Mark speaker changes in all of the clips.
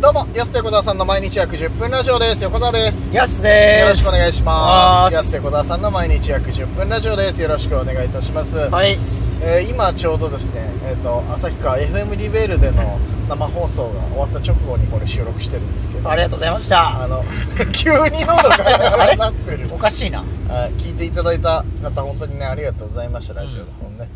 Speaker 1: どうも、安手小沢さんの毎日約10分ラジオです。横澤です。
Speaker 2: やすで
Speaker 1: よろ
Speaker 2: す
Speaker 1: しくお願いします。
Speaker 2: あー
Speaker 1: 安手小沢さんの毎日約10分ラジオです。よろしくお願いいたします。
Speaker 2: はい
Speaker 1: えー今ちょうどですね、えっ、と、旭川 FM リベールでの生放送が終わった直後にこれ収録してるんですけど、
Speaker 2: ありがとうございました
Speaker 1: あの、 急に喉がガラガラになってる。
Speaker 2: おかしいな
Speaker 1: あ聞いていただいた方本当にねありがとうございましたラジオの方ね、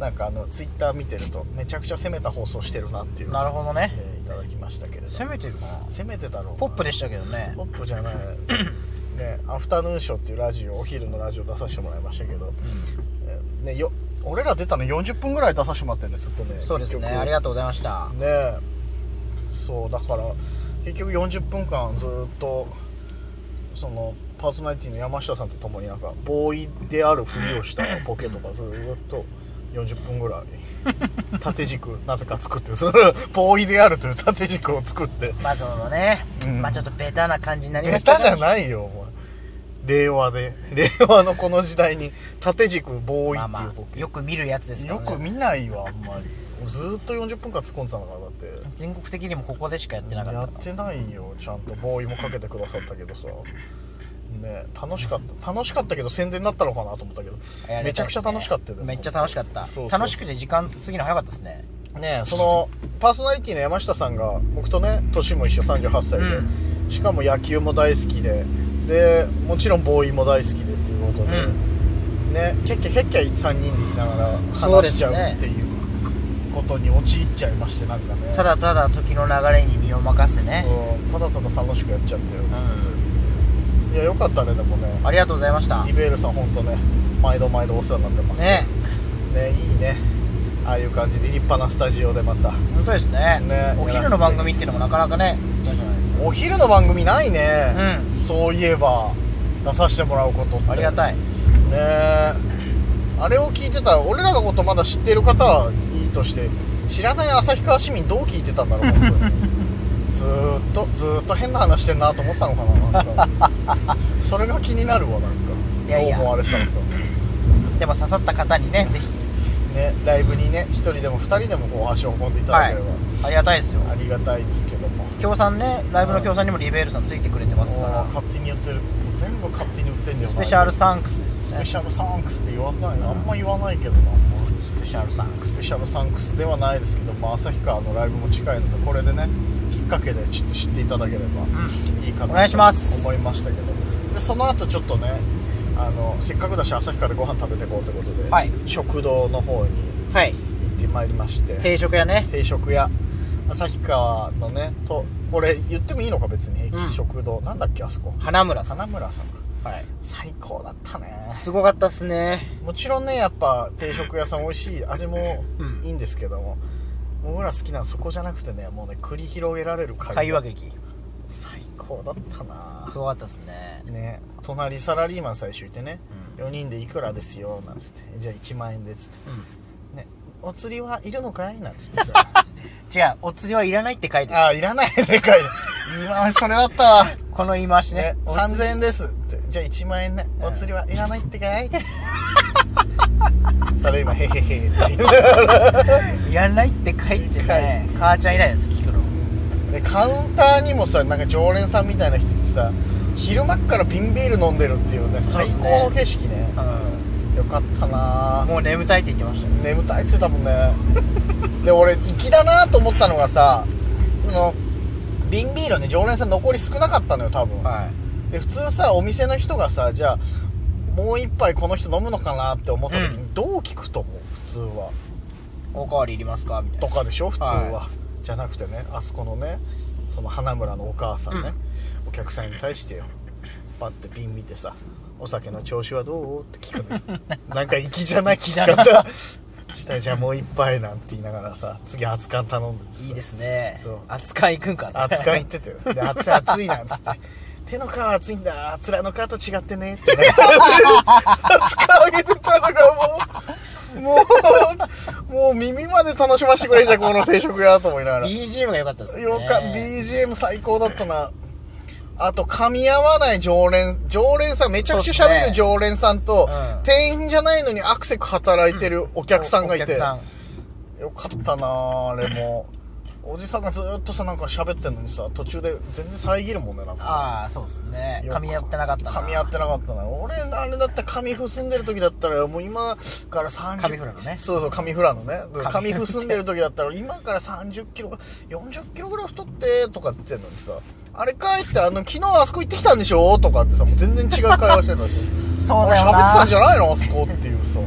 Speaker 1: なんかあのツイッター見てるとめちゃくちゃ攻めた放送してるなっていう
Speaker 2: なるほどね
Speaker 1: えーいただきましたけれど
Speaker 2: 攻めてるかな
Speaker 1: 攻めてたろうな
Speaker 2: ポップでしたけどね
Speaker 1: ポップじゃない ねアフタヌーンショーっていうラジオお昼のラジオ出させてもらいましたけど、えーねよ俺ら出たの40分ぐらい出させてもらってるんですずっとね
Speaker 2: そうですね
Speaker 1: 結局
Speaker 2: ありがとうございました
Speaker 1: ねえそうだから結局40分間ずっとそのパーソナリティの山下さんと共になんかボーイであるふりを したボケとかずっと40分ぐらい縦軸なぜか作って それボーイであるという縦軸を作って
Speaker 2: まあそのね、
Speaker 1: うん
Speaker 2: まあちょっとベタな感じになりま
Speaker 1: 下
Speaker 2: した
Speaker 1: 手じ
Speaker 2: が
Speaker 1: ゃないよお前令和で 令和のこの時代に縦軸ボーイ
Speaker 2: ま
Speaker 1: って
Speaker 2: あ
Speaker 1: いう
Speaker 2: ま
Speaker 1: ボ
Speaker 2: あ
Speaker 1: ケ、
Speaker 2: よく見るやつですから
Speaker 1: よ
Speaker 2: ね
Speaker 1: く見ないわあんまり俺ずっと40分間突っ込んでたのからだって。
Speaker 2: 全国的にもここでしかやってなかった
Speaker 1: や
Speaker 2: な
Speaker 1: ってないよちゃんとボーイもかけてくださったけどさね楽しかった楽しかったけど宣伝になったのかなと思ったけど
Speaker 2: やり
Speaker 1: めち
Speaker 2: た
Speaker 1: ゃ
Speaker 2: い
Speaker 1: く
Speaker 2: です
Speaker 1: ちゃ
Speaker 2: ね
Speaker 1: 楽しかったよね
Speaker 2: めっちゃ楽しかった
Speaker 1: そうそう
Speaker 2: 楽しくて時間過ぎの早かったですね
Speaker 1: ねそのパーソナリティの山下さんが僕とね年も一緒38歳で、
Speaker 2: う
Speaker 1: しかも野球も大好きででもちろんボーイも大好きでっていうこと
Speaker 2: う
Speaker 1: で、
Speaker 2: ん
Speaker 1: ねキャッキャキャッキャ3人で言いながら
Speaker 2: そうで
Speaker 1: 話し
Speaker 2: す
Speaker 1: ち
Speaker 2: ね
Speaker 1: ゃうっていうことに陥っちゃいましてなんかね
Speaker 2: ただただ時の流れに身を任せてね
Speaker 1: そうただただ楽しくやっちゃってよ
Speaker 2: う
Speaker 1: いやよかったねでもね
Speaker 2: んありがとうございました
Speaker 1: リベールさん本当ね毎度毎度お世話になってます
Speaker 2: ね
Speaker 1: ねいいねああいう感じで立派なスタジオでまた
Speaker 2: 本当ですね
Speaker 1: ね
Speaker 2: お昼の番組っていうのもなかなかねそうじゃないですか
Speaker 1: お昼の番組ないね、
Speaker 2: う
Speaker 1: そういえば出させてもらうことって
Speaker 2: ありがた
Speaker 1: い
Speaker 2: い
Speaker 1: ねあれを聞いてた俺らのことまだ知ってる方はいいとして知らない旭川市民どう聞いてたんだろう本当にずーっとずーっと変な話してんなと思ってたのかななんかそれが気になるわなんか
Speaker 2: いやいや
Speaker 1: どう思われてたのか
Speaker 2: でも刺さった方にねぜひ
Speaker 1: ね、ライブにね1人でも2人でもこう足を運んでいただ
Speaker 2: は
Speaker 1: け
Speaker 2: い
Speaker 1: れば、
Speaker 2: ありがたいですよ
Speaker 1: ありがたいですけども
Speaker 2: 協賛ねライブの協賛にもリベールさんついてくれてます
Speaker 1: もう
Speaker 2: か
Speaker 1: 勝手に言ってる全部勝手に言ってんだ
Speaker 2: ら
Speaker 1: よ
Speaker 2: スペシャル
Speaker 1: ス
Speaker 2: サンクスですね
Speaker 1: ペ
Speaker 2: ス
Speaker 1: シャルサンクスって言わないあんま言わないけどなあんま
Speaker 2: ペシャルサンク
Speaker 1: スペ
Speaker 2: ス
Speaker 1: シャルサンクスではないですけどまあ旭川のライブも近いのでこれでねきっかけでちょっと知っていただければいいか
Speaker 2: お願いし
Speaker 1: な
Speaker 2: ま
Speaker 1: と
Speaker 2: す
Speaker 1: 思いましたけどでその後ちょっとねあのせっかくだし旭川でご飯食べていこうということで、
Speaker 2: はい
Speaker 1: 食堂の方に
Speaker 2: はい
Speaker 1: 行ってまいりまして
Speaker 2: 定食屋ね
Speaker 1: 定食屋旭川のねとこれ言ってもいいのか別に、
Speaker 2: うん
Speaker 1: 食堂なんだっけあそこ
Speaker 2: 花村さん
Speaker 1: 花村さんか
Speaker 2: はい
Speaker 1: 最高だったね
Speaker 2: すごかったっすね
Speaker 1: もちろんねやっぱ定食屋さん美味しい味も
Speaker 2: うん
Speaker 1: いいんですけども、僕ら好きなのはそこじゃなくてねもうね繰り広げられる会話
Speaker 2: 会話劇
Speaker 1: 最高だったな
Speaker 2: すごかったっすね
Speaker 1: ね隣サラリーマン最初いてね、
Speaker 2: う
Speaker 1: 4人でいくらですよなんつってじゃあ1万円でつって、ねお釣りはいるのかいなんつっ てさ
Speaker 2: 違うお釣りはいらないって書いてある
Speaker 1: ああ、いらないでかい。今、それだったわ。
Speaker 2: この言い回しね
Speaker 1: ね、
Speaker 2: お釣り
Speaker 1: 3000円です。ってじゃあ1万円ね。お釣りはいらないって かいそれ今、へへへって言いながら
Speaker 2: いらないって書いてね母ちゃん以来です聞くの
Speaker 1: でカウンターにもさ、なんか常連さんみたいな人いてさ、昼間っから瓶ビール飲んでるっていうね、
Speaker 2: そう
Speaker 1: 最
Speaker 2: っすね
Speaker 1: 高の景色ね。
Speaker 2: う
Speaker 1: よかったなんぁ。
Speaker 2: もう眠たいって言ってましたよ
Speaker 1: 眠たいって言ってたもんね。で、俺、粋だなと思ったのがさ、この、瓶ビールね、常連さん残り少なかったのよ、多分。
Speaker 2: はい
Speaker 1: で普通さお店の人がさじゃあもう一杯この人飲むのかなって思った時に、
Speaker 2: う
Speaker 1: どう聞くと思う普通は
Speaker 2: おかわりいりますかみたい
Speaker 1: と
Speaker 2: な
Speaker 1: かでしょ普通は、
Speaker 2: は
Speaker 1: じゃなくてねあそこのねその花村のお母さんね、お客さんに対してよパッて瓶見てさ「お酒の調子はどう?」って聞く のよなんか粋じゃ ない聞き方したら「じゃあもう一杯」なんて言いながらさ次熱燗頼んでてさ
Speaker 2: いいですね
Speaker 1: そう
Speaker 2: 扱い行くんかそれ
Speaker 1: 扱 い言ってたよ。で、熱い熱いなんつ って。手の皮は熱いんだ、あつらの皮と違ってねって、ね。扱い上げてたのがもう、もう、もう耳まで楽しませてくれんじゃん、この定食屋と思いながら。よ
Speaker 2: BGM が良かったですね
Speaker 1: か、BGM 最高だったな。あと、噛み合わない常連、常連さん、めちゃくちゃ
Speaker 2: そうっ
Speaker 1: 喋
Speaker 2: す
Speaker 1: る
Speaker 2: ね
Speaker 1: 常連さんと、
Speaker 2: うん
Speaker 1: 店員じゃないのにアクセク働いてるお客さんがいて。
Speaker 2: お客さん
Speaker 1: よかったなああれもおじさんがずーっとさなんか喋ってんのにさ途中で全然遮るもんねなんか
Speaker 2: ああそうですね噛み合ってなかったな
Speaker 1: 噛み合ってなかったな俺あれだったら髪ふすんでる時だったらもう今から30
Speaker 2: 紙フラのね
Speaker 1: そうそう髪フラのね髪
Speaker 2: 紙
Speaker 1: ふすんでる時だったら今から30キロか40キロぐらい太ってとかって言ってんのにさあれかいってあの昨日あそこ行ってきたんでしょとかってさもう全然違う会話してたし
Speaker 2: そうだよ
Speaker 1: あれ喋ってたんじゃ
Speaker 2: な
Speaker 1: ないのあそこっていうさ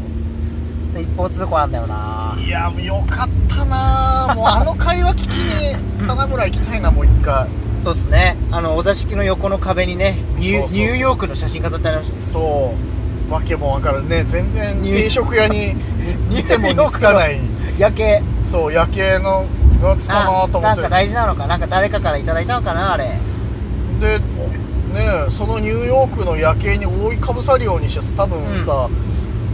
Speaker 2: そう一方通行なんだよない
Speaker 1: やもうよかったなもうあの会話聞きに花村行きたいなもう一回
Speaker 2: そうですねあのお座敷の横の壁にねニュ
Speaker 1: そうそうそう
Speaker 2: ニューヨークの写真飾ってありましたね
Speaker 1: そうわけもわからんね全然
Speaker 2: ニュー
Speaker 1: 定食屋 に似ても似つかない
Speaker 2: 夜景
Speaker 1: そう夜景のやつかなと思
Speaker 2: な
Speaker 1: っ
Speaker 2: ん
Speaker 1: て
Speaker 2: か大事なのかなんか誰かからいただいたのかなあれ
Speaker 1: でねそのニューヨークの夜景に覆いかぶさるようにしてさ多分さ、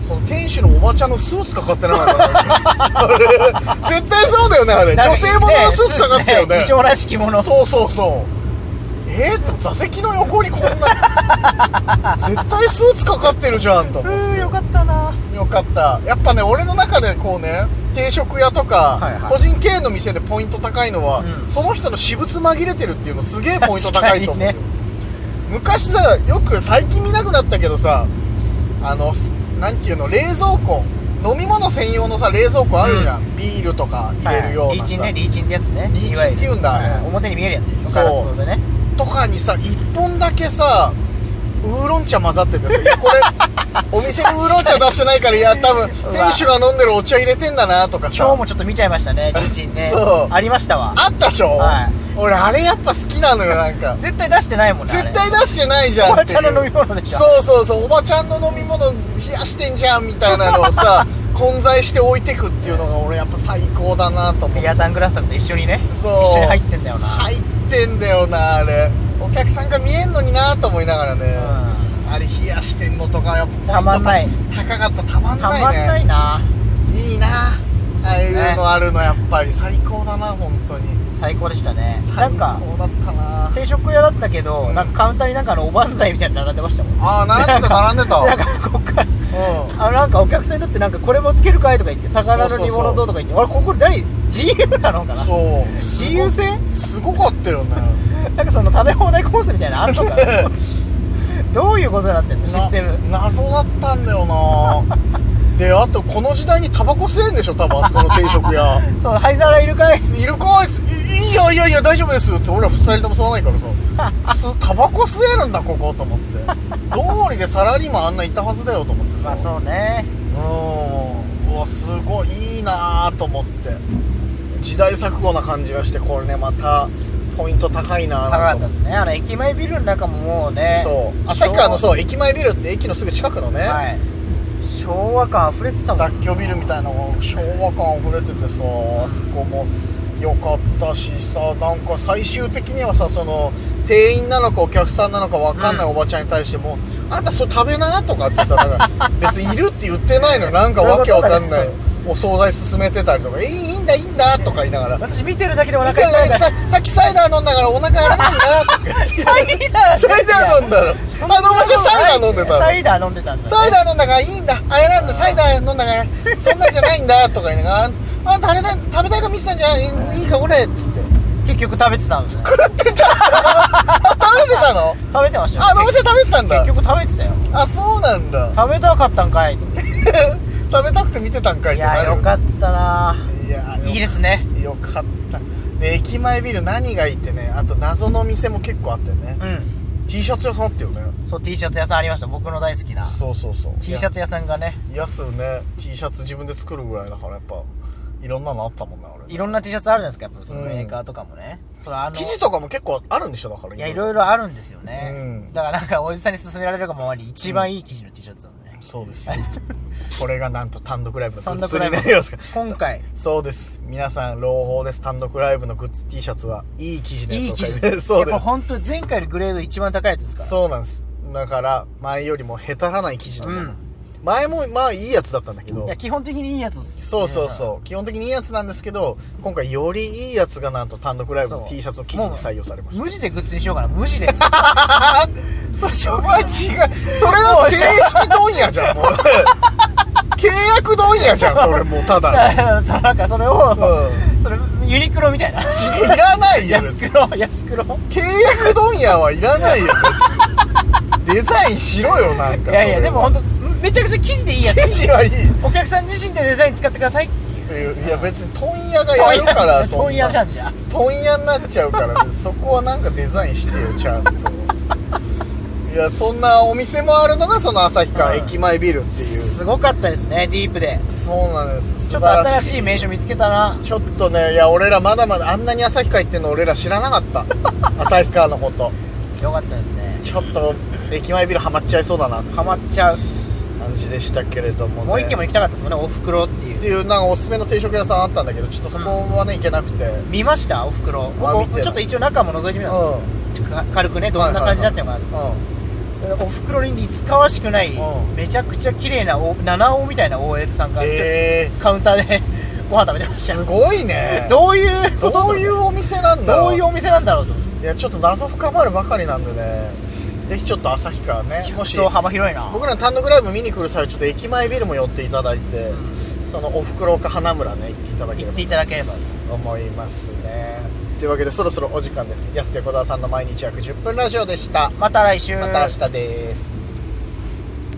Speaker 1: その店主のおばちゃんのスーツかかってなかったのあれ絶対そうだよねあれ
Speaker 2: なんか
Speaker 1: 女性もののスーツかかってたよ
Speaker 2: そう
Speaker 1: ね
Speaker 2: です衣装らしきもの
Speaker 1: そうそうそうえー、座席の横にこん な絶対スーツかかってるじゃんと思って
Speaker 2: んよかったな
Speaker 1: よかったやっぱね俺の中でこうね定食屋とか、
Speaker 2: はいはい
Speaker 1: 個人経営の店でポイント高いのは、
Speaker 2: うん
Speaker 1: その人の私物紛れてるっていうのすげえポイント高いと思う、
Speaker 2: 確かにね
Speaker 1: 昔さよく最近見なくなったけどさあのすなんていうの冷蔵庫飲み物専用のさ冷蔵庫あるじゃん、ビールとか入れるよう
Speaker 2: リー
Speaker 1: な
Speaker 2: チン
Speaker 1: さ、
Speaker 2: ねリーチンってやつね
Speaker 1: リーチン
Speaker 2: いわゆる
Speaker 1: って言うんだあれ
Speaker 2: は表に見えるやつでし
Speaker 1: そ
Speaker 2: ょ
Speaker 1: う
Speaker 2: ガラスのでね
Speaker 1: とかにさ1本だけさウーロン茶混ざっててさいやこ れお店にウーロン茶出してないからいや多分
Speaker 2: うわ
Speaker 1: 店主が飲んでるお茶入れてんだなとかさ
Speaker 2: 今日もちょっと見ちゃいましたねリーチン ね
Speaker 1: そう
Speaker 2: ありましたわ
Speaker 1: あったでしょ、
Speaker 2: はい
Speaker 1: 俺あれやっぱ好きなのよ なんか
Speaker 2: 絶対出してないもんねあれ
Speaker 1: 絶対出してないじゃん
Speaker 2: おば
Speaker 1: って
Speaker 2: ち
Speaker 1: いう
Speaker 2: ゃんの飲み物でしょ
Speaker 1: そうそうそうおばちゃんの飲み物冷やしてんじゃんみたいなのを さ混在して置いてくっていうのが俺やっぱ最高だなと思っ
Speaker 2: ビ
Speaker 1: て
Speaker 2: アタングラスとかと一緒にね
Speaker 1: そう
Speaker 2: 一緒に入ってんだよな、
Speaker 1: 入ってんだよなあれお客さんが見えんのになと思いながらね、あれ冷やしてんのとかやっぱ
Speaker 2: たまんない
Speaker 1: 高かったたまん
Speaker 2: た
Speaker 1: ない
Speaker 2: まん
Speaker 1: ね
Speaker 2: ないない
Speaker 1: いなああいう
Speaker 2: ね
Speaker 1: のあるのやっぱり最高だな本当に
Speaker 2: 最高でしたねな
Speaker 1: 最
Speaker 2: んか
Speaker 1: 高だったな
Speaker 2: 定食屋だったけど、
Speaker 1: うん
Speaker 2: なんかカウンターになんかあのおばんざいみたいなの並んでましたもん
Speaker 1: ああ並んでた並んでた
Speaker 2: なんかこっか
Speaker 1: う
Speaker 2: ら
Speaker 1: ん
Speaker 2: あなんかお客さんにとってなんかこれもつけるかいとか言って魚の煮物どうとか言ってあれここ何自由なのかな
Speaker 1: そう
Speaker 2: 自由性
Speaker 1: すごかったよね
Speaker 2: なんかその食べ放題コースみたいなのあるのかな どういうことになってんのシステム
Speaker 1: な謎だったんだよなであとこの時代にタバコ吸えんでしょ多分あそこの定食屋
Speaker 2: その灰皿いるかい
Speaker 1: いるかいいいいよいやいや大丈夫ですよって俺ら二人とも吸わない からさすタバコ吸えるんだここと思って道理でサラリーマンあんないたはずだよと思ってさ
Speaker 2: まあそうね
Speaker 1: うんうわすごいいいなと思って時代錯誤な感じがしてこれねまたポイント高いな
Speaker 2: 高か
Speaker 1: なん思
Speaker 2: ってたで
Speaker 1: って
Speaker 2: すねあの駅前ビルの中ももうね
Speaker 1: そう旭川の
Speaker 2: う
Speaker 1: そう駅前ビルって駅のすぐ近くのね、
Speaker 2: はい昭和感溢れてたもん
Speaker 1: 雑居ビルみたいなのが昭和感溢れててさあそこも良かったしさなんか最終的にはさその店員なのかお客さんなのか分かんないおばちゃんに対しても「あんたそれ食べな」とかってさだから別にいるって言ってないのになんかわけわかんないお惣菜勧めてたりとか「えいいんだいいんだ」とか言いながら
Speaker 2: 私見てるだけでお
Speaker 1: 「
Speaker 2: 腹いっ
Speaker 1: いや
Speaker 2: ぱい
Speaker 1: いや
Speaker 2: だ
Speaker 1: ささっきサイダー飲んだからお腹やらないんだ」とか言って
Speaker 2: サイダー
Speaker 1: サイダー飲んだろあのおばちゃんサイダー飲んでたの
Speaker 2: サイダー飲んでたんだ
Speaker 1: サイダー飲んだからいいんだあれなんだサイダー飲んだからそんなんじゃないんだとか言いながらあんあんたあれだ食べたいか見てたんじゃないいいかこれっつって
Speaker 2: 結局食べてたんですね
Speaker 1: 食ってたあ食べてたの
Speaker 2: 食べてましたよ
Speaker 1: あどうして食べてたんだ
Speaker 2: 結局食べてたよ
Speaker 1: あそうなんだ
Speaker 2: 食べたかったんかい
Speaker 1: 食べたくて見てたんかい
Speaker 2: い
Speaker 1: ってな
Speaker 2: や
Speaker 1: る
Speaker 2: よかったない
Speaker 1: や
Speaker 2: いいですすね
Speaker 1: よかったで駅前ビル何がいいってねあと謎の店も結構あってね
Speaker 2: うん
Speaker 1: T シャツ屋さんあったよね
Speaker 2: そう T シャツ屋さんありました僕の大好きな
Speaker 1: そうそうそう
Speaker 2: T シャツ屋さんがね
Speaker 1: いや安いね T シャツ自分で作るぐらいだからやっぱいろんなのあったもんな俺
Speaker 2: いろんな T シャツあるじゃないですかやっぱその
Speaker 1: うん
Speaker 2: メーカーとかもね、それあの
Speaker 1: 生地とかも結構あるんでしょだから
Speaker 2: いやい
Speaker 1: い
Speaker 2: ろいろあるんですよね、
Speaker 1: うん
Speaker 2: だからなんかおじさんに勧められるがままに一番いい生地の T シャツなのね、
Speaker 1: そうです よこれがなんと単独ライブの
Speaker 2: 単
Speaker 1: グッ
Speaker 2: 独
Speaker 1: ズ
Speaker 2: ライ
Speaker 1: に
Speaker 2: ブ
Speaker 1: なります から
Speaker 2: 今回
Speaker 1: そうです皆さん朗報です単独ライブのグッズ T シャツはいい生地の
Speaker 2: い
Speaker 1: や
Speaker 2: い
Speaker 1: つを
Speaker 2: 生
Speaker 1: 買
Speaker 2: 地
Speaker 1: い ますそう
Speaker 2: や
Speaker 1: で
Speaker 2: っぱ本当前回のグレード一番高いやつですから
Speaker 1: すそうなんですだから前よりもへたらない生地のもの、
Speaker 2: うん
Speaker 1: 前もまあいいやつだったんだけど
Speaker 2: いや基本的にいいやつです
Speaker 1: そうそうそう基本的にいいやつなんですけど今回よりいいやつがなんと単独ライブの T シャツを生地に採用されました
Speaker 2: 無地でグッズにしようかな無地で
Speaker 1: それお前違うそれは正式問屋じゃ んもう契約問屋じゃんそれもうただ
Speaker 2: そのなんかそれを、
Speaker 1: う
Speaker 2: それユニクロみたいな
Speaker 1: いらないよ別に
Speaker 2: 安黒安黒
Speaker 1: 契約問屋はいらないよ別にデザインしろよなんか
Speaker 2: いやいや
Speaker 1: それ
Speaker 2: で
Speaker 1: は
Speaker 2: も本当めちゃくちゃ生地でいいや
Speaker 1: 生
Speaker 2: つ
Speaker 1: 地はいいっ
Speaker 2: お客さん自身でデザイン使ってくださいって
Speaker 1: ていういや別に問屋がやるからそんな
Speaker 2: 問屋じゃんじゃん
Speaker 1: 問屋になっちゃうからそこはなんかデザインしてよちゃんといやそんなお店もあるのがその旭川
Speaker 2: うん
Speaker 1: 駅前ビルっていう、
Speaker 2: すごかったですねディープで
Speaker 1: そうなんです
Speaker 2: ちょっと新しい
Speaker 1: い
Speaker 2: 名所見つけたな
Speaker 1: ちょっとねいや俺らまだまだあんなに旭川行ってんの俺ら知らなかった旭川のこと
Speaker 2: よかったですね
Speaker 1: ちょっと駅前ビルハマっちゃいそうだな
Speaker 2: ハマっちゃう
Speaker 1: 感じでしたけれども、ね、
Speaker 2: もう一軒も行きたかったですもんねおふくろってい
Speaker 1: っ
Speaker 2: う
Speaker 1: ていうなんかおすすめの定食屋さんあったんだけどちょっとそこはね行けなくてうん
Speaker 2: 見ましたおふくろ
Speaker 1: あ見て
Speaker 2: 僕
Speaker 1: る
Speaker 2: ちょっと一応中も覗いてみたんですよか軽くねどんな感じだったのかなと
Speaker 1: う
Speaker 2: おふくろに似つかわしくない
Speaker 1: うん
Speaker 2: めちゃくちゃ綺麗なお七尾みたいな OL さん
Speaker 1: ん
Speaker 2: が
Speaker 1: え
Speaker 2: カウンターで ご飯食べてま
Speaker 1: ー、
Speaker 2: した
Speaker 1: す
Speaker 2: よ
Speaker 1: ごいね
Speaker 2: どういうこと
Speaker 1: どういうお店なんだろ
Speaker 2: ど
Speaker 1: う
Speaker 2: ういうお店なんだろうと思って
Speaker 1: いやちょっと謎深まるばかりなんでねぜひちょっと旭川ねもし
Speaker 2: そう幅広いな
Speaker 1: 僕らの単独ライブ見に来る際ちょっと駅前ビルも寄っていただいて、そのおふくろか花村ね行っていただけれ
Speaker 2: 行っ
Speaker 1: ば
Speaker 2: ていただければ
Speaker 1: と思いますねというわけでそろそろお時間です安手小沢さんの毎日約10分ラジオでした
Speaker 2: また来週
Speaker 1: また明日です